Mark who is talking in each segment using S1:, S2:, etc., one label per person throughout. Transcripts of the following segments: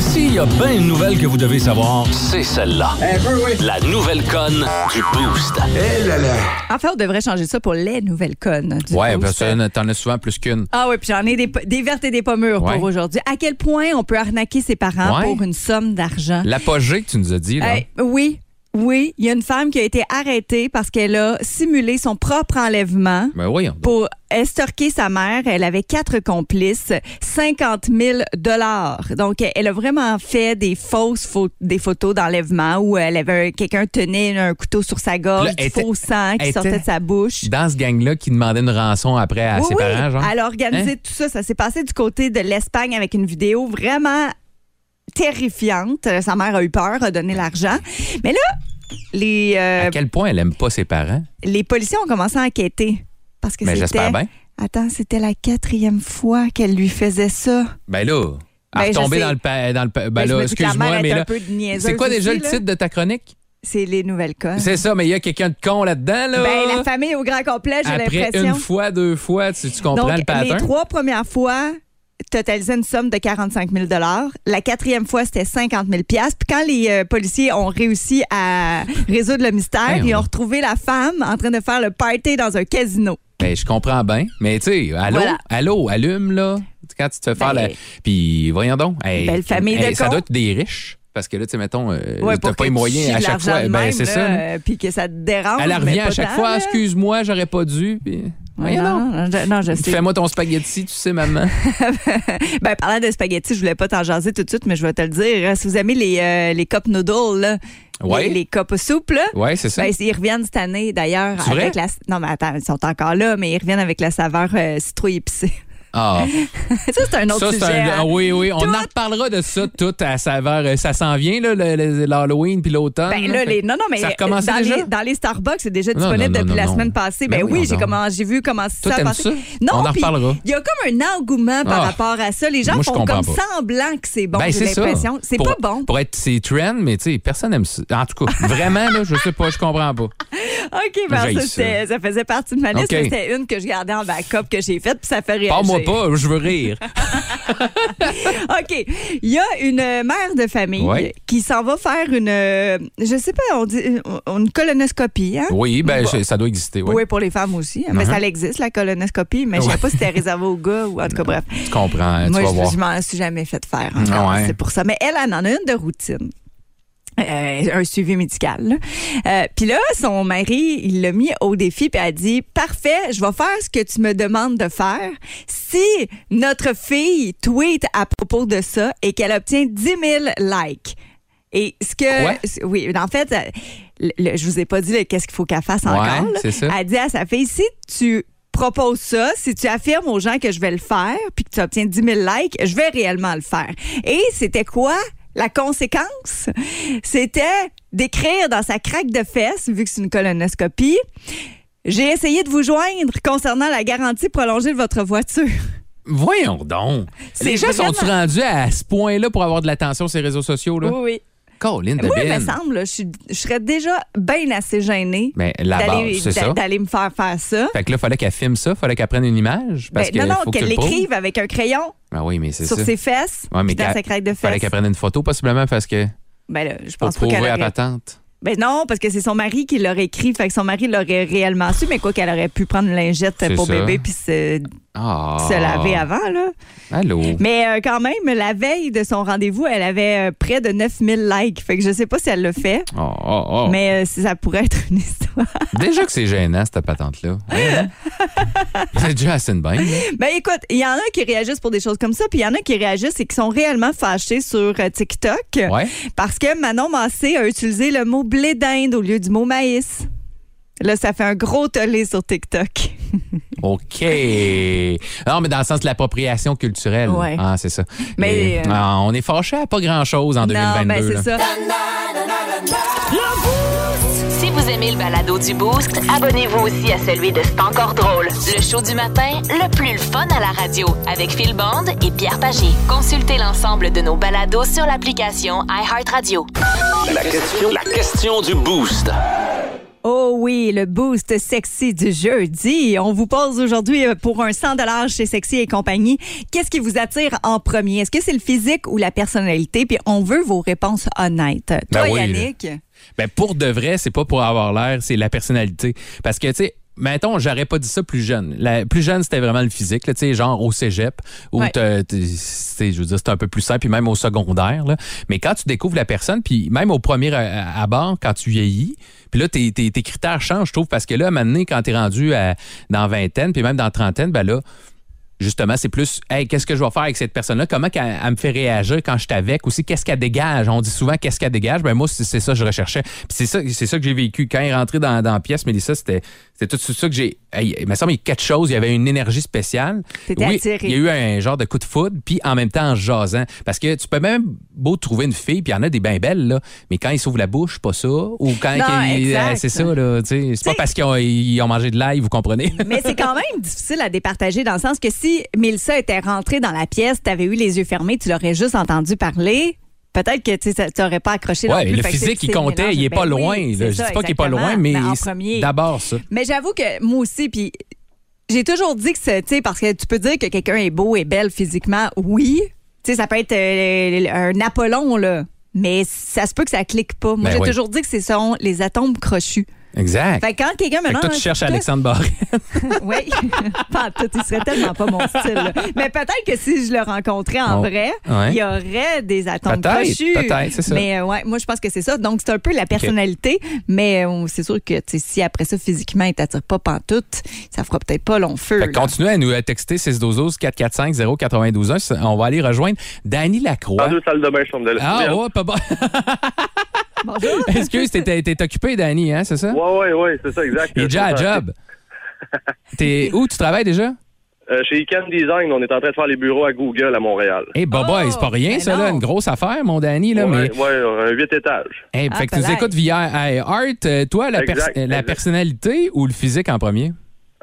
S1: S'il y a bien une nouvelle que vous devez savoir, c'est celle-là. La nouvelle conne du Boost.
S2: En fait, on devrait changer ça pour les nouvelles connes. du
S3: Ouais, parce
S2: Boost.
S3: que t'en as souvent plus qu'une.
S2: Ah oui, puis j'en ai des, p- des vertes et des pommures
S3: Ouais.
S2: pour aujourd'hui. À quel point on peut arnaquer ses parents
S3: Ouais.
S2: pour une somme d'argent?
S3: L'apogée que tu nous as dit, là.
S2: Hey, oui, oui, il y a une femme qui a été arrêtée parce qu'elle a simulé son propre enlèvement.
S3: Ben voyons. donc.
S2: Pour estorquer sa mère, elle avait quatre complices, 50 000 dollars. Donc, elle a vraiment fait des fausses pho- des photos d'enlèvement où elle avait quelqu'un tenait un couteau sur sa gorge,
S3: Là, elle
S2: du faux
S3: était-
S2: sang qui
S3: elle
S2: sortait
S3: était-
S2: de sa bouche.
S3: Dans ce gang-là qui demandait une rançon après à
S2: Oui,
S3: ses
S2: oui.
S3: parents, genre.
S2: Elle a organisé
S3: Hein?
S2: tout ça. Ça s'est passé du côté de l'Espagne avec une vidéo vraiment terrifiante. Euh, Sa mère a eu peur, a donné l'argent. Mais là, les, euh,
S3: À quel point elle aime pas ses parents?
S2: les policiers ont commencé à enquêter. Parce que
S3: Mais
S2: c'était.
S3: j'espère bien.
S2: Attends, c'était la quatrième fois qu'elle lui faisait ça.
S3: Ben là, à
S2: Ben, je
S3: retomber
S2: sais.
S3: dans le, pa- dans le pa-
S2: Ben,
S3: ben
S2: je
S3: là,
S2: me dis que la mère
S3: excuse-moi,
S2: est
S3: mais
S2: un
S3: là.
S2: peu niaiseuse
S3: C'est quoi déjà
S2: aussi,
S3: le
S2: là.
S3: titre de ta chronique?
S2: C'est les nouvelles connes.
S3: C'est ça, mais il y a quelqu'un de con là-dedans, là.
S2: Ben, la famille au grand complet, j'ai
S3: après
S2: l'impression.
S3: une fois, deux fois, tu, tu comprends
S2: Donc,
S3: le pattern?
S2: les trois premières fois totalisaient une somme de 45 000 La quatrième fois, c'était 50 000 Puis quand les euh, policiers ont réussi à résoudre le mystère,
S3: Hey, on-
S2: ils ont retrouvé la femme en train de faire le party dans un casino.
S3: Ben, je comprends bien, mais tu sais, allô,
S2: Voilà.
S3: allô, allume, là. Quand tu te fais faire
S2: Ben,
S3: la. Puis, voyons donc. hey,
S2: belle famille de
S3: Ça
S2: cons.
S3: doit être des riches, parce que là, tu sais, mettons, euh,
S2: Ouais,
S3: t'as pas
S2: pour que
S3: les
S2: tu chies
S3: moyens à
S2: de
S3: chaque
S2: l'argent
S3: fois.
S2: de
S3: Ben,
S2: même,
S3: c'est ça.
S2: là,
S3: là.
S2: euh, Puis que ça te dérange.
S3: Elle
S2: Oh, mais
S3: revient à
S2: pas
S3: chaque
S2: tant,
S3: fois,
S2: là.
S3: excuse-moi, j'aurais pas dû. Puis,
S2: Ouais,
S3: voyons donc.
S2: non, je- non, je sais.
S3: Fais-moi ton spaghetti, tu sais, maman.
S2: Ben, parlant de spaghettis, je voulais pas t'en jaser tout de suite, mais je vais te le dire. Si vous aimez les, euh, les cup noodles, là,
S3: Ouais.
S2: les, les cup soupe, là,
S3: Ouais, c'est ça.
S2: Ben, ils reviennent cette année, d'ailleurs.
S3: C'est
S2: avec
S3: vrai?
S2: la... Non, mais attends, ils sont encore là, mais ils reviennent avec la saveur euh, citrouille épicée.
S3: Ah,
S2: ça, c'est un autre
S3: ça, c'est
S2: sujet.
S3: un.
S2: hein.
S3: ah, oui, oui, on
S2: Tout-
S3: en reparlera de ça tout à saveur. euh, Ça s'en vient, là, le- le- l'Halloween puis l'automne.
S2: Ben là, les... Non, non, mais
S3: Ça a
S2: dans
S3: recommencé déjà?
S2: les, dans les Starbucks, c'est déjà
S3: Non,
S2: disponible
S3: non, non,
S2: depuis la
S3: non, non.
S2: semaine passée. Ben,
S3: Ben
S2: oui,
S3: oui,
S2: j'ai
S3: non.
S2: comment... j'ai vu comment ça
S3: Toi,
S2: a
S3: t'aimes
S2: passé.
S3: ça?
S2: Non,
S3: On en
S2: puis
S3: reparlera.
S2: Il y a comme un engouement par
S3: Ah.
S2: rapport à ça. Les gens
S3: Moi, je
S2: font
S3: comprends
S2: comme
S3: pas.
S2: semblant que c'est bon,
S3: Ben,
S2: j'ai
S3: c'est ça.
S2: l'impression. C'est
S3: Pour-
S2: pas bon.
S3: Pour être, c'est trend, mais tu sais, personne aime ça. En tout cas, vraiment, là, je sais pas, je comprends pas.
S2: OK, ben
S3: J'haïs
S2: ça,
S3: ça.
S2: c'était- ça faisait partie de ma
S3: OK.
S2: liste. mais C'était une que je gardais en backup que j'ai faite, puis ça fait réagir.
S3: Parle-moi pas, je veux rire.
S2: OK. Il y a une euh, mère de famille
S3: Ouais.
S2: qui s'en va faire une, euh, je sais pas, on dit euh, une colonoscopie, hein?
S3: Oui, ben, je- ça doit exister, oui.
S2: Oui, pour les femmes aussi. hein. Mais
S3: Uh-huh.
S2: ça elle existe, la colonoscopie, mais je ne sais
S3: Ouais.
S2: pas si c'était réservé aux gars ou en tout cas, bref.
S3: Tu comprends, hein,
S2: Moi,
S3: tu vas
S2: je-
S3: voir. Ah
S2: je m'en suis jamais fait faire. encore,
S3: Ouais.
S2: C'est pour ça. Mais elle, elle en a une de routine. Euh, un suivi médical. là. Euh, puis là, son mari, il l'a mis au défi, puis elle a dit Parfait, je vais faire ce que tu me demandes de faire. Si notre fille tweet à propos de ça et qu'elle obtient 10 000 likes. Et ce que.
S3: Quoi?
S2: Oui, en fait, euh, le- le- je vous ai pas dit là, qu'est-ce qu'il faut qu'elle fasse encore. là.
S3: c'est ça.
S2: Elle dit à sa fille si tu proposes ça, si tu affirmes aux gens que je vais le faire, puis que tu obtiens 10 000 likes, je vais réellement le faire. Et c'était quoi la conséquence? C'était d'écrire dans sa craque de fesses, vu que c'est une colonoscopie, j'ai essayé de vous joindre concernant la garantie prolongée de votre voiture.
S3: Voyons donc.
S2: C'est
S3: Les gens
S2: vraiment-
S3: sont rendus à ce point-là pour avoir de l'attention sur ces réseaux sociaux, là?
S2: oui.
S3: Colin de
S2: Moi, il
S3: Ben.
S2: me semble, là, je, suis- je serais déjà bien assez gênée
S3: Mais Ben, la
S2: d'aller-
S3: base, c'est ça.
S2: d'aller me faire faire ça.
S3: Fait que là, fallait qu'elle filme ça, fallait qu'elle prenne une image. Parce
S2: Ben, non,
S3: que
S2: non,
S3: faut que
S2: qu'elle
S3: tu le prouves.
S2: l'écrive avec un crayon
S3: Ah oui, mais c'est ça.
S2: sur ses fesses,
S3: Ouais, mais
S2: puis dans
S3: qu'elle-
S2: sa craque de
S3: Fallait
S2: fesses.
S3: qu'elle prenne une photo, possiblement, parce que
S2: Ben là, je
S3: pour
S2: pense pas
S3: prouver
S2: qu'elle
S3: à
S2: aurait...
S3: patente.
S2: Ben non, parce que c'est son mari qui l'aurait écrit, fait que son mari l'aurait réellement su, mais quoi qu'elle aurait pu prendre une lingette
S3: C'est
S2: pour
S3: ça.
S2: bébé puis se,
S3: Ah.
S2: se laver avant, là.
S3: Allô.
S2: Mais euh, quand même, la veille de son rendez-vous, elle avait euh, près de 9000 likes, fait que je sais pas si elle le fait,
S3: Oh, oh, oh.
S2: mais euh, si ça pourrait être une histoire.
S3: Déjà que c'est gênant, cette patente-là. Hein? c'est déjà assez de bain. hein.
S2: Ben écoute, il y en a qui réagissent pour des choses comme ça, puis il y en a qui réagissent et qui sont réellement fâchés sur euh, TikTok
S3: Ouais.
S2: parce que Manon Massé a utilisé le mot blé d'Inde au lieu du mot maïs. Là, ça fait un gros tollé sur TikTok.
S3: OK. Non, mais dans le sens de l'appropriation culturelle.
S2: Ouais.
S3: Ah, c'est ça.
S2: Mais,
S3: Et-
S2: euh,
S3: Ah, on est fâché à pas grand-chose en
S2: Non,
S3: 2022.
S2: ben c'est
S3: là.
S2: ça.
S4: Si vous aimez le balado du Boost, abonnez-vous aussi à celui de C'est encore drôle. Le show du matin, le plus le fun à la radio, avec Phil Bond et Pierre Pagé. Consultez l'ensemble de nos balados sur l'application iHeartRadio.
S5: La question, la question du boost.
S2: Oh oui, le boost sexy du jeudi. On vous pose aujourd'hui euh, pour un 100 chez Sexy et compagnie. Qu'est-ce qui vous attire en premier? Est-ce que c'est le physique ou la personnalité? Puis on veut vos réponses honnêtes. Toi,
S3: oui, là.
S2: Yannick?
S3: Ben, pour de vrai, c'est pas pour avoir l'air, c'est la personnalité. Parce que, tu sais, mettons, j'aurais pas dit ça plus jeune. La, plus jeune, c'était vraiment le physique, là, tu sais, genre au cégep, où
S2: Ouais.
S3: t'as- t'es- c'est- je veux dire, c'est un peu plus simple, puis même au secondaire. là. Mais quand tu découvres la personne, puis même au premier euh, abord, quand tu vieillis, puis là, tes, tes- tes critères changent, je trouve, parce que là, à un moment donné, quand t'es rendu à, dans vingtaine, puis même dans trentaine, ben là, justement, c'est plus, hey, qu'est-ce que je vais faire avec cette personne-là? Comment qu'elle- elle me fait réagir quand je suis avec? Aussi, qu'est-ce qu'elle dégage? On dit souvent, qu'est-ce qu'elle dégage? Ben, moi, c'est c'est ça que je recherchais. Puis c'est ça, c'est ça que j'ai vécu. Quand il est rentré dans, dans la pièce, Mélissa, c'était c'était tout ça que j'ai. Hey, il me semble qu'il y a quelque chose, il y avait une énergie spéciale.
S2: T'étais
S3: Oui,
S2: attiré.
S3: Il y a eu un genre de coup de foudre, puis en même temps, en se jasant. Parce que tu peux même beau trouver une fille, puis il y en a des bien belles, là, mais quand ils s'ouvrent la bouche, pas ça. Ou quand.
S2: Non,
S3: qu'il-
S2: exact.
S3: euh, c'est ça, là. tu sais. C'est pas
S2: T'sais-
S3: parce qu'ils ont, ils ont mangé de l'ail, vous comprenez?
S2: Mais c'est quand même difficile à départager dans le sens que si Mélissa était rentrée dans la pièce, t'avais eu les yeux fermés, tu l'aurais juste entendu parler. Peut-être que tu n'aurais pas accroché
S3: Ouais,
S2: non plus.
S3: le
S2: Fait que
S3: physique,
S2: c'est-
S3: il
S2: c'est
S3: comptait,
S2: mélange.
S3: il est
S2: Ben
S3: pas
S2: oui,
S3: loin.
S2: c'est
S3: là. Je
S2: ça,
S3: dis pas qu'il est pas
S2: exactement. Ben,
S3: loin, mais
S2: en
S3: c'est
S2: premier.
S3: d'abord ça.
S2: Mais j'avoue que moi aussi, puis j'ai toujours dit que c'est, tu sais, parce que tu peux dire que quelqu'un est beau et belle physiquement, oui. Tu sais, ça peut être euh, un Apollon, là. Mais ça se peut que ça clique pas. Moi,
S3: Ben
S2: j'ai
S3: oui.
S2: toujours dit que ce sont les atomes crochus.
S3: Exact.
S2: Fait que quand quelqu'un
S3: Fait que
S2: maintenant.
S3: toi, tu cherches Alexandre Barré.
S2: Oui, pas en tout. Il serait tellement pas mon style. là. Mais peut-être que si je le rencontrais en
S3: Oh.
S2: vrai,
S3: Ouais.
S2: il y aurait des attentes
S3: Peut-être,
S2: crochues.
S3: peut-être, c'est ça.
S2: Mais euh, ouais, moi, je pense que c'est ça. Donc, c'est un peu la personnalité. Mais euh, c'est sûr que tu sais, si après ça, physiquement, il t'attire pas pantoute, ça fera peut-être pas long feu.
S3: Fait que
S2: là.
S3: continuez à nous euh, texter 612 445 0921 Ça, On va aller rejoindre Danny Lacroix.
S6: Dans deux salles de bain, chambre de
S3: Hein? Ah,
S6: l'hôpital.
S3: ouais, pas bon.
S2: Bonjour.
S3: Excuse, t'es- t'es t'es occupé, Danny, hein, c'est ça?
S6: ouais, ouais, ouais, c'est ça, exact.
S3: Il est déjà à
S6: C'est ça.
S3: job. T'es où? Tu travailles déjà?
S6: Euh, chez Icam Design, on est en train de faire les bureaux à Google à Montréal.
S3: Eh, hey, Boba, c'est pas rien,
S2: ben
S3: ça, là.
S2: non.
S3: Une grosse affaire, mon Danny, là.
S6: ouais,
S3: mais,
S6: ouais, euh, huit étages.
S3: Hey,
S2: Ah,
S3: fait que tu nous
S2: palais.
S3: écoutes via Art. euh, Toi, la,
S6: Exact,
S3: pers- euh, la
S6: exact.
S3: personnalité ou le physique en premier?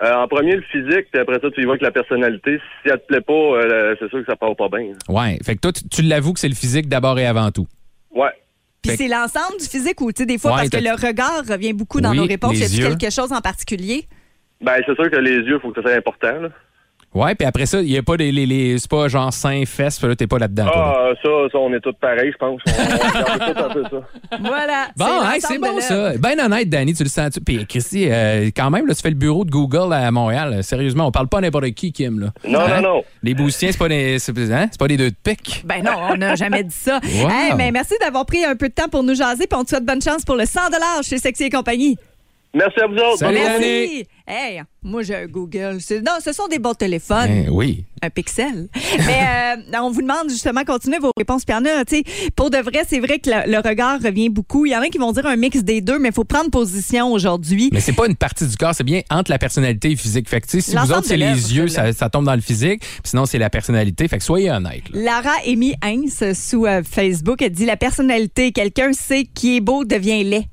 S6: Euh, en premier, le physique, puis après ça, tu y vois que la personnalité, si elle te plaît pas, euh, c'est sûr que ça part pas bien.
S3: Ouais. Fait que toi, tu, tu l'avoues que c'est le physique d'abord et avant tout.
S6: Ouais.
S2: Puis
S3: Fait-
S2: c'est l'ensemble du physique ou tu sais, des fois,
S3: Ouais,
S2: parce que le
S3: t'as-
S2: regard revient beaucoup dans
S3: Oui,
S2: nos réponses.
S3: les
S2: Y a-t-il
S3: yeux.
S2: quelque chose en particulier?
S6: Ben, c'est sûr que les yeux, faut que ça soit important, là.
S3: Ouais, puis après ça, il n'y a pas des. les- les- c'est pas genre seins, fesses, puis là, t'es pas là-dedans. toi, là.
S6: Ah, ça, ça, on est tous pareils, je pense. On, on regarde tous un peu ça.
S2: Voilà.
S3: Bon, hey, c'est
S2: l'ensemble de
S3: bon
S2: l'œuvre.
S3: ça. Ben honnête, Danny, tu le sens-tu? Puis Christy, euh, quand même, là, tu fais le bureau de Google à Montréal. là. Sérieusement, on parle pas à n'importe qui, Kim. Là.
S6: Non,
S3: Hein?
S6: non, non.
S3: Les boustiens, c'est pas des. C'est hein? C'est pas des deux de pique.
S2: Ben non, on n'a jamais dit ça.
S3: Wow.
S2: Hey, mais merci d'avoir pris un peu de temps pour nous jaser, puis on te souhaite bonne chance pour le 100 chez Sexy et compagnie.
S6: Merci à vous autres.
S3: Salut.
S2: merci.
S3: Annie.
S2: Hey, moi j'ai un Google. C'est- Non, ce sont des bons
S6: Ah.
S2: téléphones
S3: Ben, oui.
S2: un pixel. Mais euh, on vous demande justement, continuez vos réponses. Puis il y en a, tu sais, pour de vrai, c'est vrai que le, le regard revient beaucoup. Il y en a qui vont dire un mix des deux, mais il faut prendre position aujourd'hui.
S3: Mais c'est pas une partie du corps, c'est bien entre la personnalité et le physique. Fait que, tu sais, si vous
S2: L'ensemble
S3: autres, c'est
S2: de
S3: les
S2: l'œuvre,
S3: yeux,
S2: celle-là.
S3: ça, ça tombe dans le physique. Puis sinon, c'est la personnalité. Fait que soyez honnête. là.
S2: Lara Amy Heinz sous euh, Facebook elle dit la personnalité, quelqu'un sait qui est beau devient laid.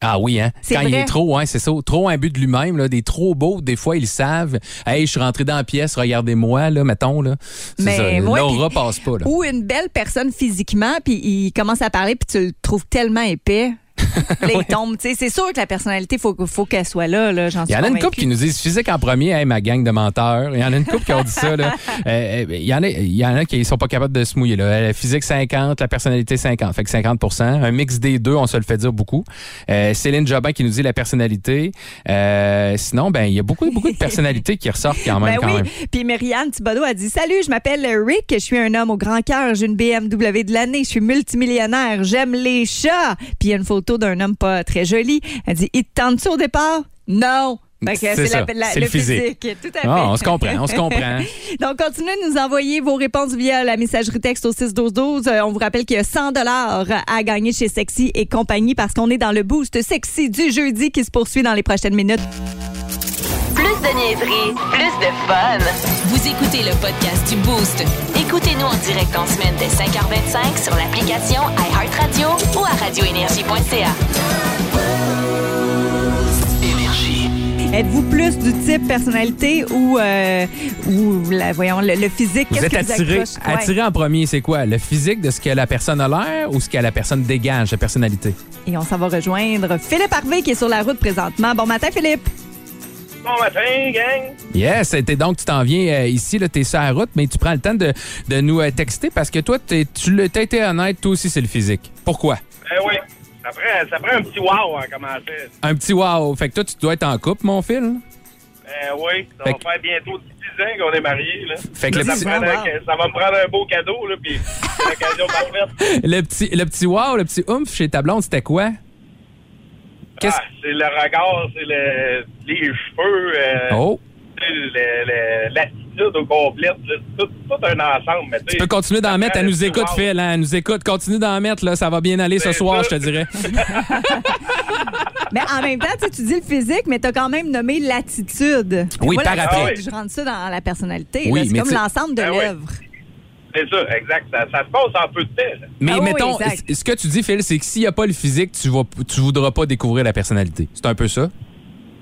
S3: Ah oui, hein?
S2: C'est
S3: Quand il
S2: vrai.
S3: est trop, hein, c'est ça, trop imbu de lui-même, là, des trop beaux, des fois, ils le savent. Hey, je suis rentré dans la pièce, regardez-moi, là, mettons, là. C'est
S2: Mais
S3: ça.
S2: moi,
S3: L'aura
S2: puis-
S3: passe pas, là.
S2: Ou une belle personne physiquement, puis il commence à parler, puis tu le trouves tellement épais. Là, il tombe. Tu sais, C'est sûr que la personnalité, il faut, faut qu'elle soit là. là j'en
S3: Il
S2: suis
S3: y en a une
S2: convaincue.
S3: couple qui nous disent physique en premier, hey, ma gang de menteurs. Il y en a une couple qui ont dit ça. Là. Euh, euh, il, y en a, il y en a qui sont pas capables de se mouiller. Là. Euh, Physique 50, la personnalité 50. Fait que 50 Un mix des deux, on se le fait dire beaucoup. Euh, Céline Jobin qui nous dit la personnalité. Euh, sinon, ben il y a beaucoup, beaucoup de personnalités qui ressortent quand même.
S2: Ben
S3: quand
S2: oui.
S3: même.
S2: Puis Myriane Thibodeau a dit Salut, je m'appelle Rick, je suis un homme au grand cœur, j'ai une BMW de l'année, je suis multimillionnaire, j'aime les chats. Puis il y a une photo d'un homme pas très joli. Elle dit Il te tente-tu au départ Non. Fait que
S3: C'est
S2: C'est
S3: ça,
S2: la- la-
S3: c'est le physique.
S2: Tout à fait.
S3: Ah, on se comprend, on se comprend.
S2: Donc, continuez de nous envoyer vos réponses via la messagerie texte au 61212. Euh, on vous rappelle qu'il y a 100 à gagner chez Sexy et compagnie parce qu'on est dans le boost sexy du jeudi qui se poursuit dans les prochaines minutes.
S4: Plus de niaiserie, plus de fun. Vous écoutez le podcast du Boost. Écoutez-nous en direct en semaine dès 5h25 sur l'application iHeartRadio ou à radioénergie.ca.
S2: Êtes-vous plus du type personnalité ou, euh, ou la, voyons, le, le physique?
S3: Vous
S2: Qu'est-ce
S3: êtes
S2: que vous
S3: attiré.
S2: accroche? Ouais.
S3: Attiré en premier, c'est quoi? Le physique de ce que la personne a l'air ou ce que la personne dégage, la personnalité?
S2: Et on s'en va rejoindre Philippe Harvey qui est sur la route présentement. Bon matin, Philippe.
S7: Bon matin, gang.
S3: Yes, et t'es donc tu t'en viens euh, ici, tu es sur la route, mais tu prends le temps de, de nous euh, texter parce que toi, t'es- tu l'as- t'as été honnête, toi aussi, c'est le physique. Pourquoi?
S7: Ben oui. Ça prend, ça prend un petit wow en commençant.
S3: Un petit wow. Fait que toi, tu dois être en couple, mon fil.
S7: Ben oui. Ça
S3: Fait
S7: va
S3: que-
S7: faire bientôt 10 ans qu'on est mariés, là.
S3: Fait que le
S7: ça,
S3: petit-
S7: me prend un- ça va me prendre un beau cadeau, là, puis c'est l'occasion parfaite.
S3: Le petit, le petit wow, le petit oomph chez ta blonde, c'était quoi? Qu'est-ce-
S7: Ah, c'est le regard, c'est le, les cheveux, euh,
S3: Oh!
S7: c'est le- le- l'attitude au complet, c'est tout, tout un ensemble. Mais,
S3: Tu peux continuer d'en mettre, elle nous écoute,
S7: fait.
S3: Phil, hein, elle nous écoute. Continue d'en mettre, là, ça va bien aller ce
S7: C'est
S3: soir, je
S7: ça.
S3: te dirais.
S2: Mais en même temps, tu sais, tu dis le physique, mais tu as quand même nommé l'attitude. Puis
S3: Oui,
S2: moi,
S3: par
S2: l'attitude,
S7: après.
S2: Je rentre ça dans la
S3: Oui,
S2: personnalité. là.
S3: mais
S2: c'est comme
S3: tu-
S2: l'ensemble de
S7: Ah ouais.
S2: l'œuvre.
S7: C'est ça, exact. Ça, ça se passe en peu de temps, là.
S3: Mais
S2: Ah oui,
S3: mettons,
S2: exact.
S3: c- ce que tu dis, Phil, c'est que s'il n'y a pas le physique, tu vas, tu voudras pas découvrir la personnalité. C'est un peu ça.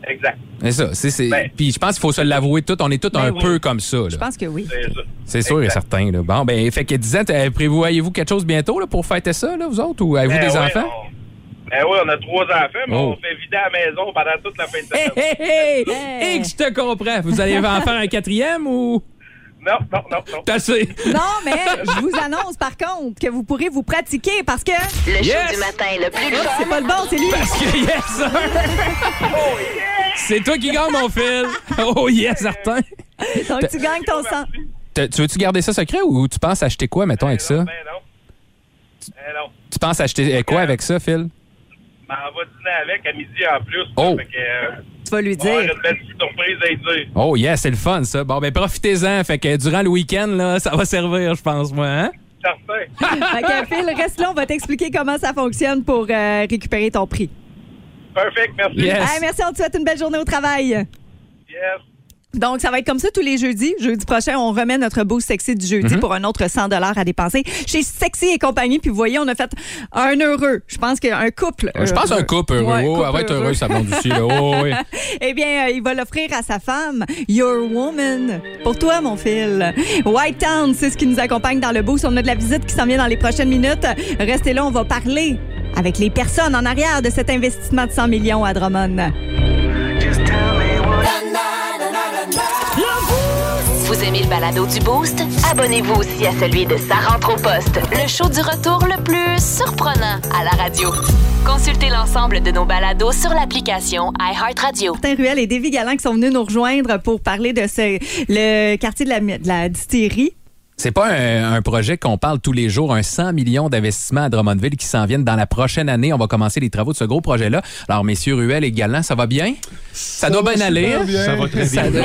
S7: Exact.
S3: C'est ça. c'est- c'est-
S7: Ben.
S3: Puis je pense qu'il faut se l'avouer tout. On est tous un
S2: Ben oui.
S3: peu comme ça. là.
S2: Je pense que oui.
S7: C'est ça.
S3: C'est sûr et
S7: Exact.
S3: certain. Là. Bon, ben, fait que 10 ans, t'as- prévoyez-vous quelque chose bientôt là, pour fêter ça, là, vous autres? Ou avez-vous
S7: Ben
S3: des
S7: oui,
S3: enfants?
S7: on- Ben oui, on a trois enfants, mais
S3: Oh. Eh,
S7: on fait vider à la maison pendant toute la fin de
S3: Hé,
S7: semaine.
S3: hé, hé!
S2: Hey.
S3: Et que je te comprends. Vous allez en faire un quatrième ou.
S7: Non, non, non, non.
S3: T'as assez?
S2: Non, mais je vous annonce par contre que vous pourrez vous pratiquer parce que
S4: Le
S3: Yes!
S4: show du matin le plus le
S2: c'est
S4: fun.
S2: pas le bon, c'est lui.
S3: Parce que yes, sir!
S7: Oh,
S3: C'est toi qui gagne, mon fil! Oh, yes, certain!
S2: Donc
S3: ben,
S2: tu gagnes ton sang.
S3: T'as- Tu veux-tu garder ça secret ou tu penses acheter quoi, mettons, avec
S7: Ben
S3: ça?
S7: non, Ben non. Ben non.
S3: Tu penses acheter euh, quoi avec ça, Phil?
S7: Ben, on va dîner avec à midi en plus.
S3: Oh.
S7: Fait que, euh,
S2: Tu vas lui
S7: on va avoir
S2: dire.
S7: une belle petite surprise à lui dire.
S3: Oh, yes, c'est le fun, ça. Bon, ben, profitez-en. Fait que durant le week-end, là, ça va servir, je pense, moi, hein?
S7: Certain.
S2: OK, Phil, reste là, on va t'expliquer comment ça fonctionne pour euh, récupérer ton prix.
S7: Perfect, merci.
S3: Yes.
S2: Hey, merci, on te souhaite une belle journée au travail.
S7: Yes.
S2: Donc, ça va être comme ça tous les jeudis. Jeudi prochain, on remet notre beau sexy du jeudi
S3: Mm-hmm.
S2: pour un autre 100 à dépenser chez Sexy et compagnie. Puis, vous voyez, on a fait un heureux. Je pense qu'un couple.
S3: Euh, Je pense
S2: heureux.
S3: un couple heureux.
S2: Ouais,
S3: Oh,
S2: couple
S3: elle va être
S2: heureux.
S3: heureuse, sa blonde aussi. là. Oh, oui.
S2: Eh bien, euh, il va l'offrir à sa femme, Your Woman. Pour toi, mon Phil. White Town, c'est ce qui nous accompagne dans le boost. On a de la visite qui s'en vient dans les prochaines minutes. Restez là, on va parler avec les personnes en arrière de cet investissement de 100 millions à Drummond.
S4: Vous aimez le balado du Boost? Abonnez-vous aussi à celui de Sa rentre au poste, le show du retour le plus surprenant à la radio. Consultez l'ensemble de nos balados sur l'application iHeartRadio.
S2: Martin Ruel et Davy Galland qui sont venus nous rejoindre pour parler de ce, le quartier de la, de la distillerie.
S3: C'est pas un, un projet qu'on parle tous les jours, un 100 millions d'investissements à Drummondville qui s'en viennent dans la prochaine année. On va commencer les travaux de ce gros projet-là. Alors, messieurs Ruel et Galland, ça va bien? Ça, doit bien aller. hein?
S8: Ça va très bien.
S3: Ça doit-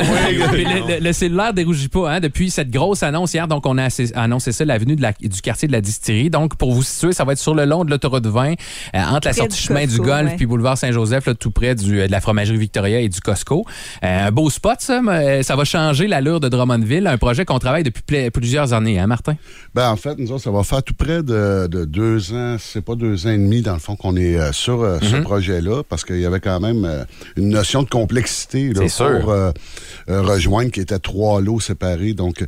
S3: Puis le, le- le cellulaire dérougit pas hein, depuis cette grosse annonce hier. Donc, on a assi- annoncé ça, l'avenue de la- du quartier de la distillerie. Donc, pour vous situer, ça va être sur le long de l'autoroute 20, euh, entre la
S2: Près
S3: sortie
S2: du
S3: chemin du
S2: Costco,
S3: Golfe
S2: ouais.
S3: puis boulevard Saint-Joseph, là, tout près du, euh, de la fromagerie Victoria et du Costco. Euh, un beau spot, ça. mais, euh, ça va changer l'allure de Drummondville, un projet qu'on travaille depuis pla- plusieurs années, hein, Martin?
S8: Ben, en fait, nous autres, ça va faire tout près de, de deux ans, c'est pas deux ans et demi, dans le fond, qu'on est euh, sur euh,
S3: Mhm.
S8: ce projet-là, parce qu'il y avait quand même euh, une notion de complexité là,
S3: C'est sûr.
S8: pour euh, euh, rejoindre, qui était trois lots séparés. Donc, euh,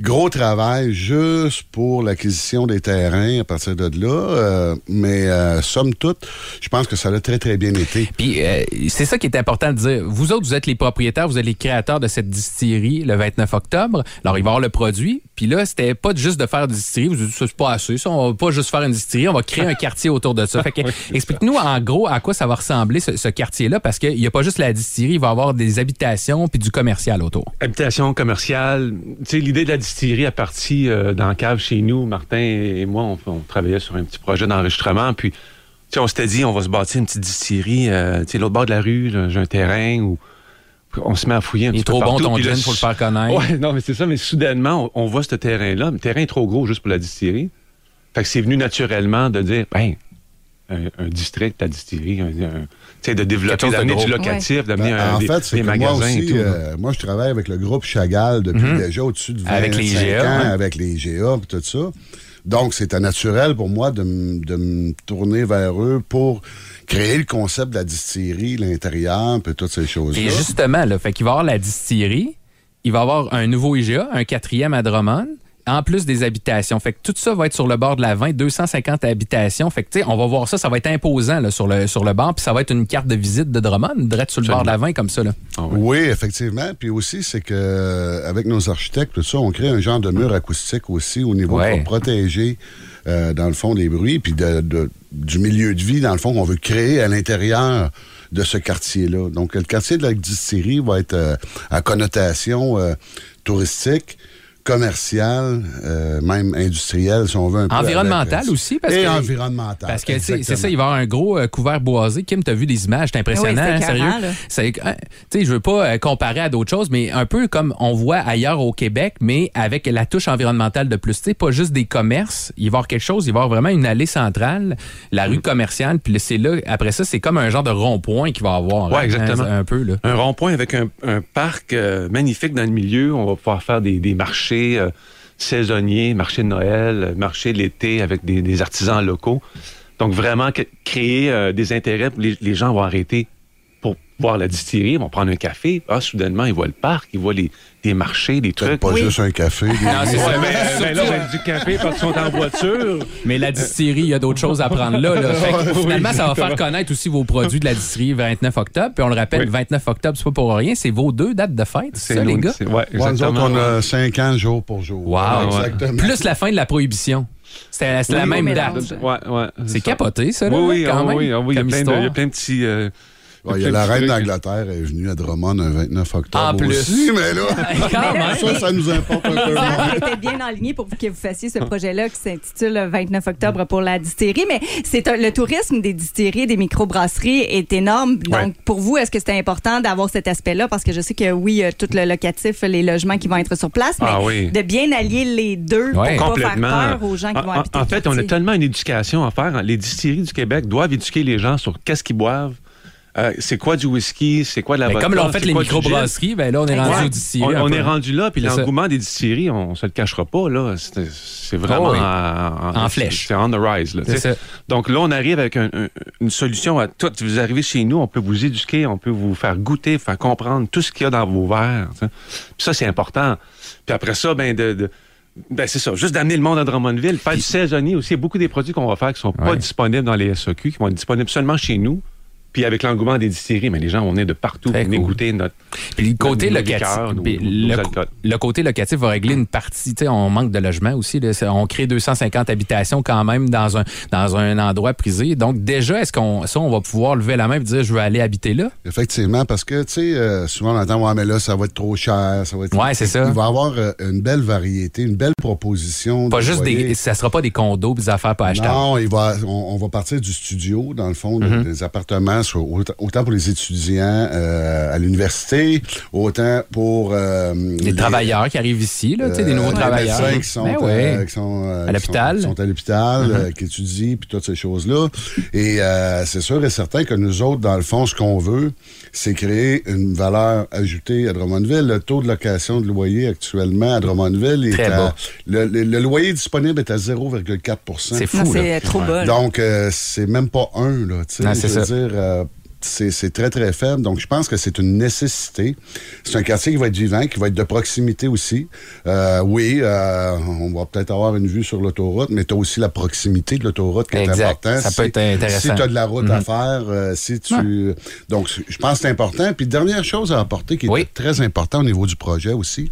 S8: gros travail juste pour l'acquisition des terrains à partir de là. euh, mais, euh, somme toute, je pense que ça a très, très bien été.
S3: Puis euh, c'est ça qui est important de dire. Vous autres, vous êtes les propriétaires, vous êtes les créateurs de cette distillerie le 29 octobre. Alors, il va y avoir le produit. Puis là, c'était pas juste de faire une distillerie. Vous vous dites, ça, c'est pas assez. Ça, on va pas juste faire une distillerie, on va créer un quartier autour de ça. Fait que, explique-nous en gros à quoi ça va ressembler ce, ce quartier-là, parce qu'il n'y a pas juste la distillerie, il va y avoir des habitations puis du commercial autour.
S9: Habitation commerciale. Tu sais, l'idée de la distillerie est partie euh, dans la cave chez nous. Martin et moi, on, on travaillait sur un petit projet d'enregistrement. Puis, tu sais, on s'était dit, on va se bâtir une petite distillerie. euh, tu sais, l'autre bord de la rue, là, j'ai un terrain où on se met à fouiller un
S3: Il est
S9: petit peu
S3: trop bon
S9: partout,
S3: ton
S9: puis là,
S3: gin, faut le faire connaître.
S9: Ouais, non, mais c'est ça. Mais soudainement, on, on voit ce terrain-là. Le terrain est trop gros juste pour la distillerie. Fait que c'est venu naturellement de dire, ben, un, un district, la distillerie, un- un- tu sais, de développer,
S5: chose de
S9: d'amener
S5: gros.
S9: du locatif, d'amener
S8: Ben,
S9: un-
S8: en
S9: euh, des,
S8: fait, c'est
S9: des
S8: que
S9: magasins
S8: moi
S9: et
S8: aussi,
S9: tout. là. Mhm.
S8: euh, moi, je travaille avec le groupe Chagall depuis déjà au-dessus de 25
S5: Avec les IGA,
S8: ans,
S5: ouais.
S8: avec les IGA et tout ça. Donc, c'était naturel pour moi de m- de me tourner vers eux pour créer le concept de la distillerie, l'intérieur, puis toutes ces choses-là.
S5: Et justement, là, fait qu'il va y avoir la distillerie, il va y avoir un nouveau IGA, un quatrième à Drummond, en plus des habitations. Fait que tout ça va être sur le bord de la 20, 250 habitations. Fait que, tu sais, on va voir ça, ça va être imposant là, sur, le, sur le bord, puis ça va être une carte de visite de Drummond, direct sur le bord de la 20, comme ça. Là.
S8: Oui, effectivement. Puis aussi, c'est que euh, avec nos architectes, tout ça, on crée un genre de mur acoustique aussi au niveau
S5: Ouais.
S8: pour protéger, euh, dans le fond, des bruits, puis de- de- du milieu de vie, dans le fond, qu'on veut créer à l'intérieur de ce quartier-là. Donc, le quartier de la distillerie va être euh, à connotation euh, touristique, commerciale, euh, même industrielle, si on veut un peu.
S5: Environnementale
S8: avec, euh,
S5: aussi, parce
S8: et
S5: que-
S8: environnementale.
S5: Parce que tu sais, c'est
S8: exactement.
S5: ça, il va y avoir un gros euh, couvert boisé. Kim, t'as vu des images, c'est impressionnant,
S2: Ah oui, c'est
S5: hein, sérieux.
S2: écœurant, là.
S5: C'est- hein, tu sais, je veux pas euh, comparer à d'autres choses, mais un peu comme on voit ailleurs au Québec, mais avec la touche environnementale de plus. Tu sais, pas juste des commerces. Il va y avoir quelque chose, il va y avoir vraiment une allée centrale, la
S1: Mm.
S5: rue commerciale, puis c'est là. Après ça, c'est comme un genre de rond-point qu'il va y avoir.
S9: Ouais,
S5: hein,
S9: exactement.
S5: Un peu là.
S9: Un rond-point avec un, un parc euh, magnifique dans le milieu. On va pouvoir faire des, des marchés euh, saisonniers, marché de Noël, euh, marché de l'été avec des, des artisans locaux. Donc, vraiment que- créer euh, des intérêts. Les, les gens vont arrêter pour voir la distillerie, ils vont prendre un café. Ah, soudainement, ils voient le parc, ils voient les, des marchés, des
S8: Peut-être
S9: trucs.
S8: pas juste un café. des-
S5: Non, c'est ça.
S9: Ouais, mais, euh,
S5: Surtout-
S9: ben là, on a du café parce qu'ils sont en voiture.
S5: Mais la distillerie, il y a d'autres choses à prendre là. là. Fait que finalement, ça va faire connaître aussi vos produits de la distillerie 29 octobre. Puis on le rappelle,
S9: Oui.
S5: 29 octobre, c'est pas pour rien, c'est vos deux dates de fête, c'est ça,
S9: nous-
S5: les gars?
S9: c'est- Ouais,
S8: Ouais, nous autres,
S9: exactement.
S8: on a 5 ans jour pour jour.
S5: Wow.
S8: Exactement.
S5: Plus la fin de la prohibition. C'est la, c'est la
S9: Oui,
S5: même
S9: oui,
S5: date.
S9: Ouais, ouais,
S5: C'est
S9: ça.
S5: capoté, ça, là,
S9: Oui, oui,
S5: quand
S9: ah,
S5: même,
S9: oui, ah oui, il y a
S5: comme
S9: plein de- il y a
S5: histoire.
S9: plein de petits. euh,
S8: Ouais, il y a
S9: plein de
S8: la
S9: petits
S8: reine
S9: trucs.
S8: d'Angleterre est venue à Drummond le 29 octobre.
S5: En Ah, plus.
S8: aussi, mais là,
S5: Quand même.
S8: ça, ça nous importe un peu. moins.
S2: Ça était bien enligné pour que vous fassiez ce projet-là qui s'intitule 29 octobre pour la distillerie. Mais c'est un- le tourisme des distilleries, des microbrasseries est énorme. Donc,
S9: Ouais.
S2: pour vous, est-ce que c'est important d'avoir cet aspect-là? Parce que je sais que oui, euh, tout le locatif, les logements qui vont être sur place, mais
S9: Ah oui.
S2: de bien allier les deux
S5: Ouais.
S2: pour pas faire
S9: Complètement.
S2: peur aux gens qui
S9: En-
S2: vont
S9: en-
S2: habiter.
S9: En
S2: le
S9: fait, on a
S2: quartier.
S9: tellement une éducation à faire. Les distilleries du Québec doivent éduquer les gens sur qu'est-ce qu'ils boivent, euh, c'est quoi du whisky, c'est quoi de la
S5: Mais
S9: vodka,
S5: Ben, comme l'ont fait
S9: Ah, ben, c'est
S5: les
S9: quoi du gin.
S5: microbrasseries, ben là, on est rendu
S9: Ouais.
S5: au distillerie.
S9: Ah, On,
S5: un
S9: on
S5: peu.
S9: est rendu là, puis
S5: C'est ça.
S9: l'engouement des distilleries, on se le cachera pas, là. C'est c'est vraiment
S5: Ah oui.
S9: en,
S5: En flèche.
S9: C'est on the rise, là,
S5: C'est
S9: tu sais.
S5: ça.
S9: Donc là, on arrive avec un- un- une solution à tout. Vous arrivez chez nous, on peut vous éduquer, on peut vous faire goûter, faire comprendre tout ce qu'il y a dans vos verres. tu sais. Puis ça, c'est important. Puis après ça, ben de... de- ben, c'est ça, juste d'amener le monde à Drummondville, faire du saisonnier aussi. Il y a beaucoup des produits qu'on va faire qui sont pas
S5: Ouais.
S9: disponibles dans les SOQ, qui vont être disponibles seulement chez nous. Puis avec l'engouement des distilleries, mais les gens, on est de partout,
S5: Très
S9: venez
S5: cool.
S9: goûter notre,
S5: Puis le côté
S9: Nos
S5: locatif,
S9: liqueurs, nos-
S5: puis
S9: nos
S5: le,
S9: alcools.
S5: le côté locatif va régler une partie. Tu sais, on manque de logement aussi. là. C'est- On crée 250 habitations quand même dans un, dans un endroit prisé. Donc déjà, est-ce qu'on ça, on va pouvoir lever la main et dire je veux aller habiter là?
S8: Effectivement, parce que, tu sais, euh, souvent on entend, ouais, mais là, ça va être trop cher, ça va être.
S5: Ouais, hein. c'est ça.
S8: Il va y avoir euh, une belle variété, une belle proposition.
S5: Pas
S8: de
S5: juste
S8: loyer.
S5: des. Ça sera pas des condos pis des affaires pas achetables.
S8: Non, il va, on, on va partir du studio, dans le fond, de-
S5: Mm-hmm.
S8: des appartements, sur- autant, autant pour les étudiants euh, à l'université, autant pour. euh,
S5: Les, travailleurs qui arrivent ici, là, tu sais, des nouveaux
S8: euh,
S5: travailleurs.
S8: Les médecins qui sont,
S5: Ben
S8: euh,
S5: ouais.
S8: qui sont, euh,
S5: À
S8: qui
S5: l'hôpital. Uh-huh.
S8: sont- qui sont à l'hôpital, euh, qui étudient, puis toutes ces choses-là. Et euh, c'est sûr et certain que nous autres, dans le fond, ce qu'on veut, c'est créer une valeur ajoutée à Drummondville. Le taux de location de loyer actuellement à Drummondville est
S5: Très
S8: à-
S5: bas.
S8: Le, le- le loyer disponible est à 0,4
S5: C'est
S2: Non,
S5: fou, là.
S2: c'est trop bas. là.
S8: donc, euh, c'est même pas un, là. tu sais.
S5: Non, c'est
S8: je veux
S5: ça.
S8: dire, euh, c'est c'est très, très faible. Donc, je pense que c'est une nécessité. C'est un quartier qui va être vivant, qui va être de proximité aussi. Euh, oui, euh, on va peut-être avoir une vue sur l'autoroute, mais tu as aussi la proximité de l'autoroute qui est
S5: Exact. Ça
S8: importante.
S5: peut être intéressant. Mhm.
S8: Si tu as de la route à faire, euh, si tu... Donc, je pense que c'est important. Puis, dernière chose à apporter qui est
S5: Oui.
S8: très important au niveau du projet aussi,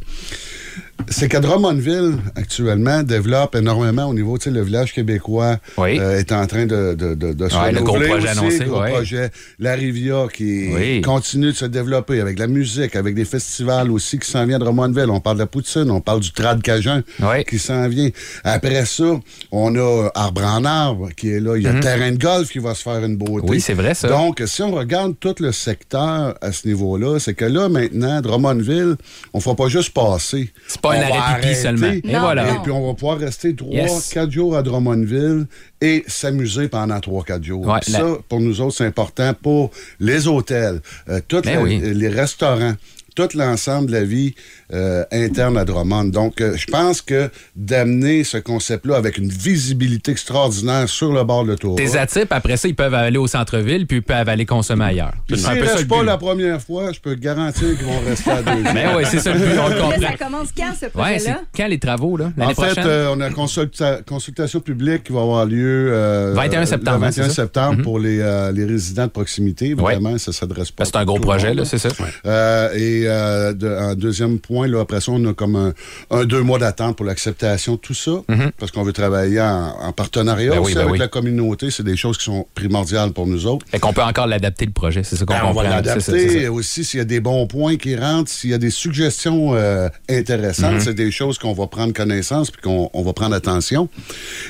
S8: c'est que Drummondville, actuellement, développe énormément au niveau, tu sais, le village québécois
S5: Oui.
S8: euh, est en train de, de, de, de se
S5: Ouais, le gros
S8: renouveler
S5: projet
S8: aussi,
S5: annoncé,
S8: gros
S5: ouais.
S8: projet. La Rivia qui
S5: Oui.
S8: continue de se développer avec la musique, avec des festivals aussi qui s'en viennent de Drummondville. On parle de la poutine, on parle du trad cajun
S5: Ouais.
S8: qui s'en vient. Après ça, on a Arbre en Arbre qui est là. Il y a Terrain de golf qui va se faire une beauté.
S5: Mhm. Oui, c'est vrai, ça.
S8: Donc, si on regarde tout le secteur à ce niveau-là, c'est que là, maintenant, Drummondville, on ne fera pas juste passer.
S5: C'est pas pas un
S8: on va
S5: arrêt pipi
S8: arrêter.
S5: seulement. Et
S2: Non,
S5: voilà.
S8: Et puis, on va pouvoir rester trois,
S5: Yes.
S8: quatre jours à Drummondville et s'amuser pendant trois, quatre jours.
S5: Ouais,
S8: Puis
S5: la-
S8: Ça, pour nous autres, c'est important pour les hôtels, euh, tous
S5: Ben
S8: les-
S5: oui.
S8: les restaurants, tout l'ensemble de la vie euh, interne à Drummond. Donc, euh, je pense que d'amener ce concept-là avec une visibilité extraordinaire sur le bord de l'autoroute.
S5: Tes atipes, après ça, ils peuvent aller au centre-ville, puis ils peuvent aller consommer ailleurs.
S8: Puis
S5: un peu
S8: S'ils
S5: ça le
S8: restent pas
S5: but.
S8: la première fois, je peux te garantir qu'ils vont rester à deux.
S5: Ben oui, c'est ça le but, on le
S2: Là,
S5: comprend.
S2: ça commence quand, ce
S5: Ouais, c'est
S2: projet-là?
S5: quand les travaux, là? L'année
S8: En fait,
S5: prochaine?
S8: euh, on a consulta- consultation publique qui va avoir lieu euh,
S5: 21 septembre,
S8: le
S5: hein, c'est
S8: 21
S5: ça?
S8: septembre pour les, euh, les résidents de proximité. Évidemment, ça s'adresse pas.
S5: Parce que c'est un
S8: à
S5: gros
S8: tout le
S5: projet,
S8: monde, hein.
S5: là, c'est ça?
S8: Euh, et euh, de- un deuxième point, là, après ça, on a comme un, un deux mois d'attente pour l'acceptation de tout ça, parce qu'on veut travailler en, en partenariat
S5: Mhm. Ben oui,
S8: aussi
S5: ben
S8: avec
S5: oui.
S8: la communauté. C'est des choses qui sont primordiales pour nous autres.
S5: Fait qu'on peut encore l'adapter, le projet, c'est ça qu'on
S8: Ben, on
S5: comprend.
S8: va
S5: C'est ça, c'est ça.
S8: l'adapter aussi s'il y a des bons points qui rentrent, s'il y a des suggestions euh, intéressantes,
S5: Mhm.
S8: c'est des choses qu'on va prendre connaissance puis qu'on on va prendre attention.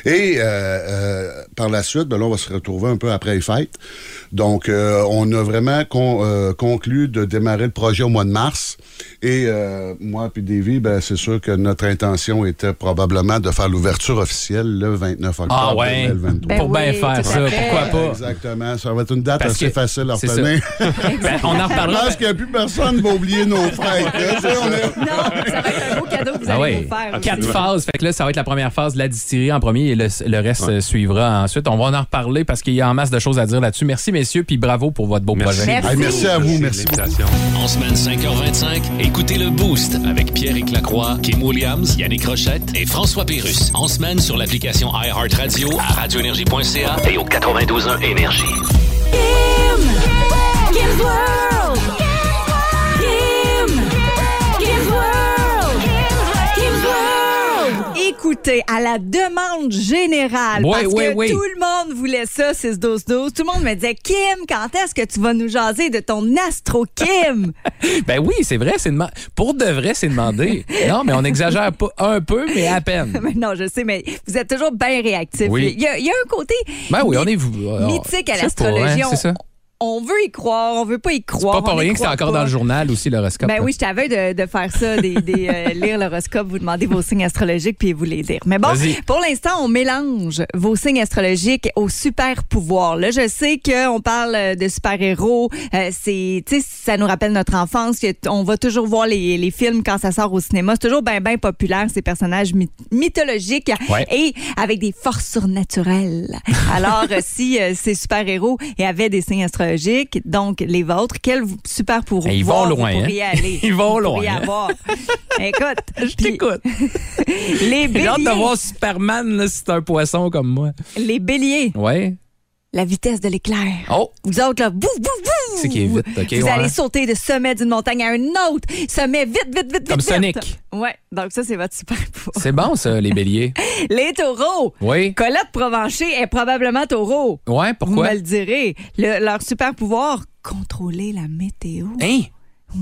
S8: Et euh, euh, par la suite, ben là, on va se retrouver un peu après les fêtes. Donc, euh, on a vraiment con- euh, conclu de démarrer le projet au mois de mars. Et euh, moi puis Davy, ben, c'est sûr que notre intention était probablement de faire l'ouverture officielle le 29 octobre
S5: Ah ouais,
S8: 2023.
S5: pour
S2: Ben
S5: bien
S2: oui,
S5: faire
S2: tout à
S5: ça,
S2: fait.
S5: pourquoi pas?
S8: Exactement. Ça va être une date
S5: Parce
S8: assez
S5: que-
S8: facile à
S5: c'est ça.
S8: retenir.
S5: Ben, on en
S8: Je
S5: reparlera.
S8: pense qu'il n'y a plus personne qui va oublier nos frères. hein, tu sais, on est-
S2: Non, ça va être un beau cadeau que vous
S5: Ah
S2: allez
S5: ouais.
S2: nous faire.
S5: Quatre
S2: aussi.
S5: phases. Fait que là, ça va être la première phase de la distillerie en premier et le, le reste euh, suivra ensuite. On va en reparler parce qu'il y a en masse de choses à dire là-dessus. Merci, messieurs, puis bravo pour votre beau projet.
S8: Hey, merci à vous. Merci beaucoup.
S1: En semaine 5h25, écoutez le Boost avec Pierre-Éric Lacroix, Kim Williams, Yannick Rochette et François Pérus. En semaine sur l'application iHeartRadio à radioénergie.ca et au 92.1 Énergie.
S4: Kim's World! Kim! Kim's World! Kim's World!
S2: Écoutez, à la demande générale,
S5: Ouais,
S2: parce
S5: ouais,
S2: que
S5: ouais.
S2: tout le monde voulait ça, 6-12-12. Tout le monde me disait, Kim, quand est-ce que tu vas nous jaser de ton Astro Kim?
S5: Ben oui, c'est vrai, c'est dema- pour de vrai, c'est demandé. non, mais on exagère pas un peu, mais à peine.
S2: Mais non, je sais, mais vous êtes toujours bien réactif.
S5: Oui.
S2: Il, y a, il y a un côté
S5: Ben oui, on est
S2: mythique à
S5: Je sais pas, hein,
S2: l'astrologie.
S5: c'est ça.
S2: On, on veut y croire, on veut pas y croire.
S5: Pas
S2: on
S5: pour
S2: y
S5: rien que c'est
S2: croit
S5: encore
S2: pas.
S5: dans le journal aussi l'horoscope.
S2: Ben
S5: là.
S2: oui, je t'avais de, de faire ça, des, des, euh, lire l'horoscope, vous demander vos signes astrologiques puis vous les dire. Mais bon,
S5: Vas-y.
S2: pour l'instant, on mélange vos signes astrologiques aux super pouvoirs. Là, je sais qu'on parle euh, de super héros, c'est, tu sais, ça nous rappelle notre enfance. que t- On va toujours voir les, les films quand ça sort au cinéma. C'est toujours bien, bien populaire ces personnages myth- mythologiques
S5: Ouais.
S2: et avec des forces surnaturelles. Alors, euh, si euh, ces super héros avaient des signes astrologiques, donc les vôtres, quels super pouvoirs
S5: Et ils
S2: voir,
S5: vont
S2: vous
S5: loin, hein?
S2: pourriez aller.
S5: Ils vont
S2: Vous
S5: loin,
S2: pourriez
S5: hein?
S2: avoir. Écoute, je t'écoute. Les
S5: J'ai hâte de
S2: béliers,
S5: voir Superman, là, si c'est un poisson comme moi.
S2: les béliers,
S5: Ouais.
S2: la vitesse de l'éclair.
S5: Oh,
S2: Vous autres, là, bouf, bouf, bouf!
S5: C'est qui est vite, OK,
S2: Vous
S5: ouais.
S2: allez sauter de sommet d'une montagne à un autre. Sommet vite, vite, vite, vite.
S5: Comme
S2: vite.
S5: Sonic.
S2: Ouais, donc ça, c'est votre super pouvoir.
S5: c'est bon ça, les béliers.
S2: Les taureaux.
S5: Oui.
S2: Colette Provencher est probablement taureau.
S5: Ouais, pourquoi?
S2: Vous me le direz. Le- leur super pouvoir, contrôler la météo.
S5: Hein?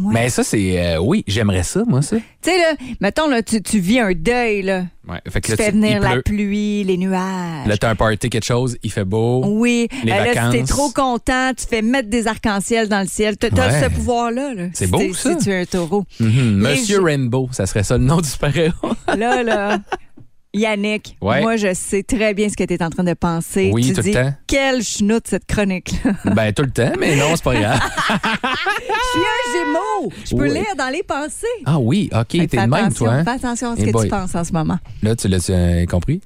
S2: Ouais.
S5: Mais ça, c'est. euh, oui, j'aimerais ça, moi, ça.
S2: Tu sais, là, mettons, là, tu, tu vis un deuil, là.
S5: Ouais. Fait que
S2: Tu
S5: là,
S2: fais
S5: tu-
S2: venir
S5: il
S2: la
S5: pleut.
S2: pluie, les nuages.
S5: Là, t'as un party, quelque chose, il fait beau.
S2: Oui,
S5: Les
S2: Euh, là,
S5: vacances.
S2: si t'es trop content, tu fais mettre des arcs-en-ciel dans le ciel. T'as t'as
S5: Ouais.
S2: ce pouvoir-là. là,
S5: C'est
S2: si
S5: beau,
S2: t'es-
S5: ça.
S2: Si tu es un taureau.
S5: Mhm.
S2: Les
S5: Monsieur Rainbow, ça serait ça le nom du super-héros.
S2: Là, là, Yannick,
S5: Mm-hmm. Ouais.
S2: moi, je sais très bien ce que t'es en train de penser.
S5: Oui,
S2: tu
S5: tout le
S2: dis,
S5: temps.
S2: quelle chenoute, cette chronique-là.
S5: ben, tout le temps, mais non, c'est pas grave.
S2: Je suis un gémeau. Je peux
S5: Ouais.
S2: lire dans les pensées.
S5: Ah oui, OK,
S2: Fait
S5: t'es
S2: que fais
S5: de même,
S2: attention,
S5: toi. hein?
S2: Fais attention à ce
S5: Eh
S2: que
S5: boy.
S2: tu penses en ce moment.
S5: Là, tu l'as tu, euh, compris?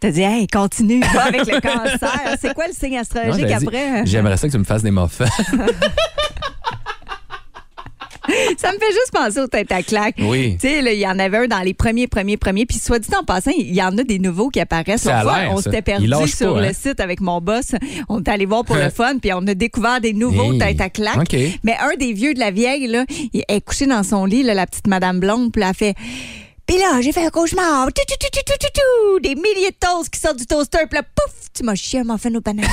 S2: T'as dit, hey, continue, va avec le cancer. C'est quoi le signe astrologique
S5: Non, j'avais dit,
S2: après? hein.
S5: J'aimerais ça que tu me fasses des muffins.
S2: Ça me fait juste penser au tête à claque.
S5: Oui.
S2: Tu sais, là, il y en avait un dans les premiers, premiers, premiers. Puis, soit dit en passant, il y en a des nouveaux qui apparaissent.
S5: Ça a
S2: L'autre fois,
S5: l'air,
S2: on
S5: ça.
S2: s'était
S5: Ils
S2: perdu
S5: lâchent pas,
S2: sur
S5: hein.
S2: le site avec mon boss. On est allé voir pour le fun, puis on a découvert des nouveaux
S5: Hey.
S2: tête à claque.
S5: OK.
S2: Mais un des vieux de la vieille, là, il est couché dans son lit, là, la petite Madame Blonde, puis elle a fait. Puis là, j'ai fait un cauchemar. Tout, tout, tout, tout, tout, tout, tout. Des milliers de toasts qui sortent du toaster. Puis là, pouf, tu m'as chié un muffin au banane.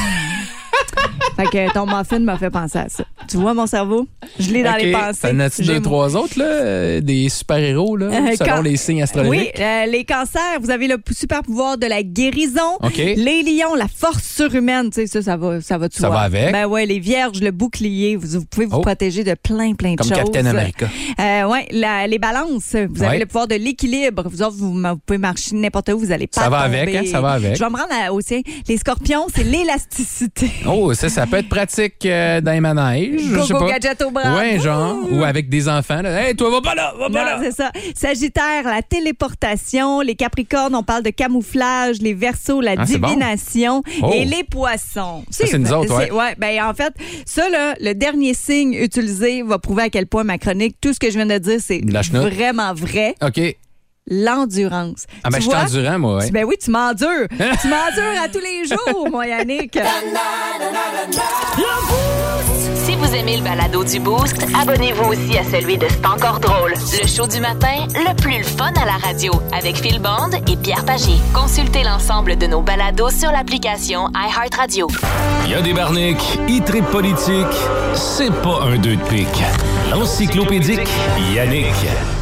S2: Fait que ton muffin m'a fait penser à ça. Tu vois mon cerveau? Je l'ai dans les pensées.
S5: T'en as-tu
S2: J'ai
S5: deux,
S2: mon-
S5: trois autres, là, euh, des super-héros, là,
S2: Euh,
S5: selon
S2: quand-
S5: les signes
S2: Oui,
S5: astrologiques?
S2: euh, les cancers, vous avez le p- super pouvoir de la guérison.
S5: OK.
S2: Les lions, la force surhumaine, tu sais, ça, ça va, ça va tout
S5: Ça va avec.
S2: Ben ouais, les vierges, le bouclier, vous, vous pouvez vous
S5: Oh.
S2: protéger de plein, plein de
S5: Comme
S2: choses.
S5: Captain America.
S2: Euh, ouais, la- les balances, vous avez
S5: Ouais.
S2: le pouvoir de l'équilibre. Vous autres, vous, vous pouvez marcher n'importe où, vous allez pas
S5: Ça va
S2: tomber.
S5: avec, hein, ça va avec.
S2: Je vais me rendre à- au sien. Les scorpions, c'est l'élasticité.
S5: Oh, ça, ça peut être pratique euh, dans les manèges.
S2: Go,
S5: je sais
S2: go,
S5: pas.
S2: gadget au bras.
S5: Ouais, genre. Ou avec des enfants. Là. Hey, toi, va pas là, va
S2: Non,
S5: pas là.
S2: c'est ça. Sagittaire, la téléportation. Les Capricornes, on parle de camouflage. Les Verseaux, la
S5: Ah, c'est bon.
S2: divination.
S5: Oh.
S2: Et les Poissons.
S5: c'est nous autres, ouais.
S2: c'est- ben, en fait, ça, là, le dernier signe utilisé va prouver à quel point ma chronique, tout ce que je viens de dire, c'est
S5: La chenoute.
S2: vraiment vrai.
S5: OK.
S2: L'endurance.
S5: Ah, ben,
S2: Tu
S5: je suis
S2: vois?
S5: endurant, moi. ouais.
S2: Tu- Ben oui, tu m'endures. tu m'endures à tous les jours, moi, Yannick.
S4: Si vous aimez le balado du Boost, abonnez-vous aussi à celui de C'est encore drôle. Le show du matin, le plus le fun à la radio, avec Phil Bond et Pierre Pagé. Consultez l'ensemble de nos balados sur l'application iHeartRadio.
S1: Il y a des barniques, e-trip politique, c'est pas un deux de pique. L'encyclopédique Yannick.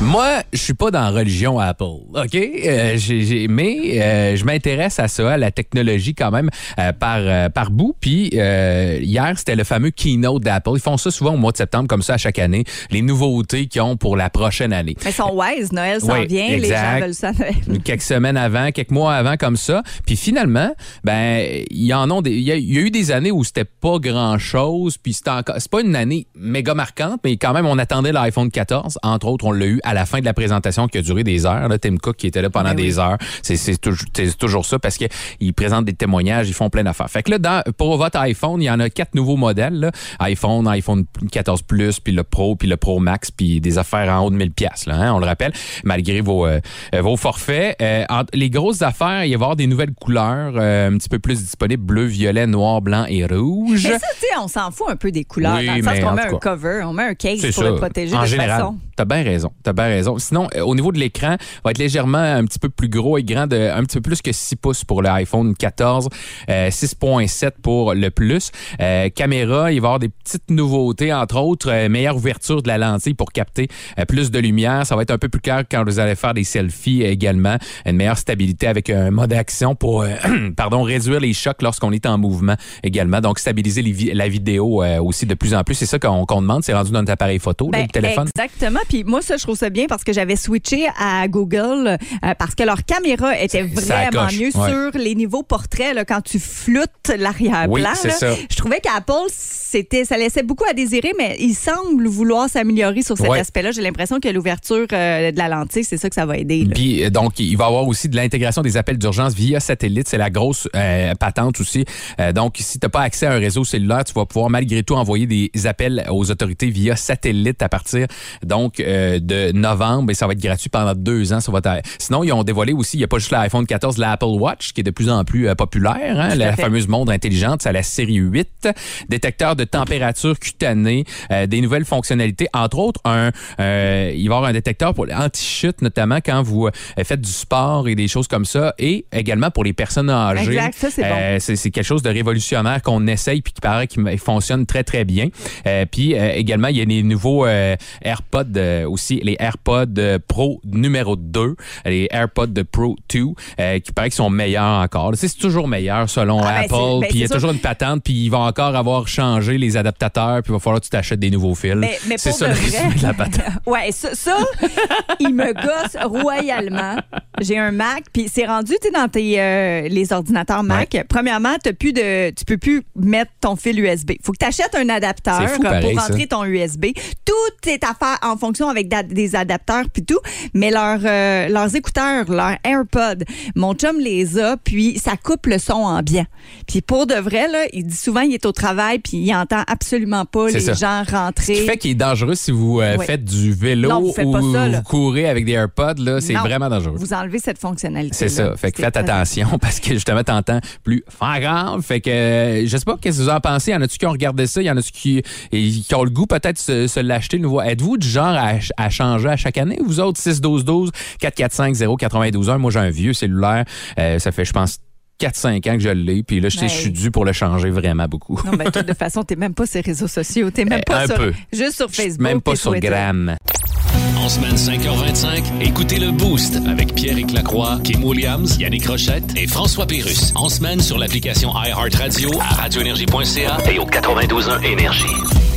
S5: Moi, je suis pas dans la religion Apple, OK? Euh, j'ai- j'ai- mais euh, je m'intéresse à ça, à la technologie quand même, euh, par, euh, par bout. Puis euh, hier, c'était le fameux keynote d'Apple. Ils font ça souvent au mois de septembre, comme ça, à chaque année, les nouveautés qu'ils ont pour la prochaine année.
S2: Mais ils sont wise, Noël s'en
S5: Oui,
S2: vient. Les gens
S5: exact.
S2: veulent ça. Noël.
S5: quelques semaines avant, quelques mois avant comme ça. Puis finalement, ben il y en ont des il y, a- il y a eu des années où c'était pas grand-chose, puis c'était encore c'est pas une année méga marquante, mais quand même on attendait l'iPhone 14, entre autres, on l'a eu à la fin de la présentation qui a duré des heures, là, Tim Cook qui était là pendant
S2: Ben oui.
S5: des heures. C'est c'est toujours, c'est toujours ça parce que ils présentent des témoignages, ils font plein d'affaires. Fait que là dans pour votre iPhone, il y en a quatre nouveaux modèles, là. iPhone, iPhone 14 Plus, puis le Pro, puis le Pro Max, puis des affaires en haut de 1000 pièces, hein, on le rappelle, malgré vos euh, euh, vos forfaits. Euh, entre les grosses affaires, il va y avoir des nouvelles couleurs euh, un petit peu plus disponibles, bleu, violet, noir, blanc et rouge.
S2: Mais ça, tu sais, on s'en fout un peu des couleurs.
S5: Oui,
S2: dans le sens
S5: mais
S2: qu'on
S5: en
S2: met
S5: tout
S2: un
S5: cas,
S2: cover, on met un case
S5: C'est
S2: pour
S5: ça.
S2: le protéger
S5: en
S2: de toute
S5: général,
S2: façon.
S5: T'as bien raison. T'as bien raison. Sinon, euh, au niveau de l'écran, va être légèrement un petit peu plus gros et grand, de, un petit peu plus que 6 pouces pour le iPhone 14, euh, 6.7 pour le plus. Euh, caméra, il va y avoir des petites nouveautés, entre autres, euh, meilleure ouverture de la lentille pour capter euh, plus de lumière. Ça va être un peu plus clair quand vous allez faire des selfies également. Une meilleure stabilité avec un mode action pour, euh, pardon, réduire les chocs lorsqu'on est en mouvement également. Donc, stabiliser les vi- la vidéo euh, aussi de plus en plus. C'est ça qu'on qu'on demande. C'est rendu dans notre appareil photo, là,
S2: Ben,
S5: le téléphone.
S2: Exactement. Puis moi, ça, je trouve ça bien parce que j'avais switché à Google euh, parce que leur caméra était
S5: ça
S2: vraiment
S5: coche,
S2: mieux
S5: ouais.
S2: sur les niveaux portraits là, quand tu floutes l'arrière-plan.
S5: Oui, c'est
S2: là.
S5: ça.
S2: Je trouvais qu'Apple, c'était, ça laissait beaucoup à désirer, mais il semble vouloir s'améliorer sur cet
S5: Ouais.
S2: aspect-là. J'ai l'impression que l'ouverture euh, de la lentille, c'est ça que ça va aider. là.
S5: Puis euh, donc, il va y avoir aussi de l'intégration des appels d'urgence via satellite. C'est la grosse euh, patente aussi. Euh, donc, si tu n'as pas accès à un réseau cellulaire, tu vas pouvoir malgré tout envoyer des appels aux autorités via satellite à partir donc euh, de novembre. Et ça va être gratuit pendant deux ans sur votre... Sinon, ils ont dévoilé aussi, il n'y a pas juste l'iPhone 14, l'Apple Watch qui est de plus en plus euh, populaire. hein, la
S2: fait.
S5: fameuse montre intelligente, c'est à la série 8. Détecteur de température cutanée, euh, des nouvelles fonctionnalités. Entre autres, un, euh, il va y avoir un détecteur pour l'anti-chute, notamment quand vous euh, faites du sport et des choses comme ça. Et également pour les personnes âgées.
S2: Exact, ça, c'est bon.
S5: Euh, c'est c'est quelque chose de révolutionnaire qu'on essaye puis qui paraît qu'il m- fonctionne très, très bien. Euh, puis euh, également, il y a les nouveaux euh, AirPods euh, aussi, les AirPods euh, Pro numéro 2, les AirPods de Pro 2, euh, qui paraît qu'ils sont meilleurs encore. Tu sais, C'est toujours meilleur selon
S2: Ah, ben,
S5: Apple.
S2: c'est- ben,
S5: puis il y a
S2: c'est
S5: toujours une patente, puis ils vont encore avoir changé les adaptateurs, puis il va falloir que tu t'achètes des nouveaux fils.
S2: Mais- mais
S5: C'est
S2: pour
S5: ça
S2: de
S5: le
S2: vrai-
S5: résumé de la patente.
S2: Ouais, ça, ça, il me gosse royalement. J'ai un Mac, puis c'est rendu, tu sais, dans tes, euh, les ordinateurs Mac. Premièrement, t'as plus de, tu peux plus mettre ton fil USB. Faut que tu achètes un adapteur
S5: C'est fou,
S2: euh,
S5: pareil,
S2: pour
S5: ça.
S2: rentrer ton USB. Tout est à faire en fonction avec da- des adapteurs puis tout, mais leurs, euh, leurs écouteurs, leurs AirPods, mon chum les a, puis ça coupe le son ambiant. Puis pour de vrai, là, il dit souvent, il est au travail, puis il entend absolument pas
S5: C'est ça.
S2: les gens
S5: Ce
S2: rentrer.
S5: qui fait qu'il est dangereux si vous euh,
S2: Ouais.
S5: faites du vélo
S2: Non, vous faites
S5: ou
S2: pas ça, là.
S5: vous courez avec des AirPods, là, c'est
S2: Non.
S5: vraiment dangereux.
S2: Vous enlevez cette fonctionnalité.
S5: C'est ça. Fait que faites attention parce que justement, t'entends plus faire grave. Fait que euh, je sais pas qu'est-ce que vous en pensez. Y en a-tu qui ont regardé ça? Y en a-tu qui, et qui ont le goût peut-être de se, se l'acheter le nouveau? Êtes-vous du genre à, ch- à changer à chaque année? Vous autres, 6 12 12 4 4 5 0 92 1. Moi, j'ai un vieux cellulaire. Euh, ça fait, je pense, 4-5 ans que je l'ai, puis là, je sais, je suis
S2: Ben.
S5: dû pour le changer vraiment beaucoup.
S2: Non, mais Ben, toi, de toute façon, t'es même pas sur les réseaux sociaux. T'es même
S5: Euh,
S2: pas
S5: un
S2: sur.
S5: peu.
S2: Juste sur
S5: Je suis
S2: Facebook.
S5: Même pas
S2: et
S5: sur
S2: Twitter.
S5: Gram.
S3: En semaine 5h25, écoutez le Boost avec Pierre Lacroix, Kim Williams, Yannick Rochette et François Pérus. En semaine sur l'application iHeartRadio à radioénergie.ca et au 92.1 Énergie.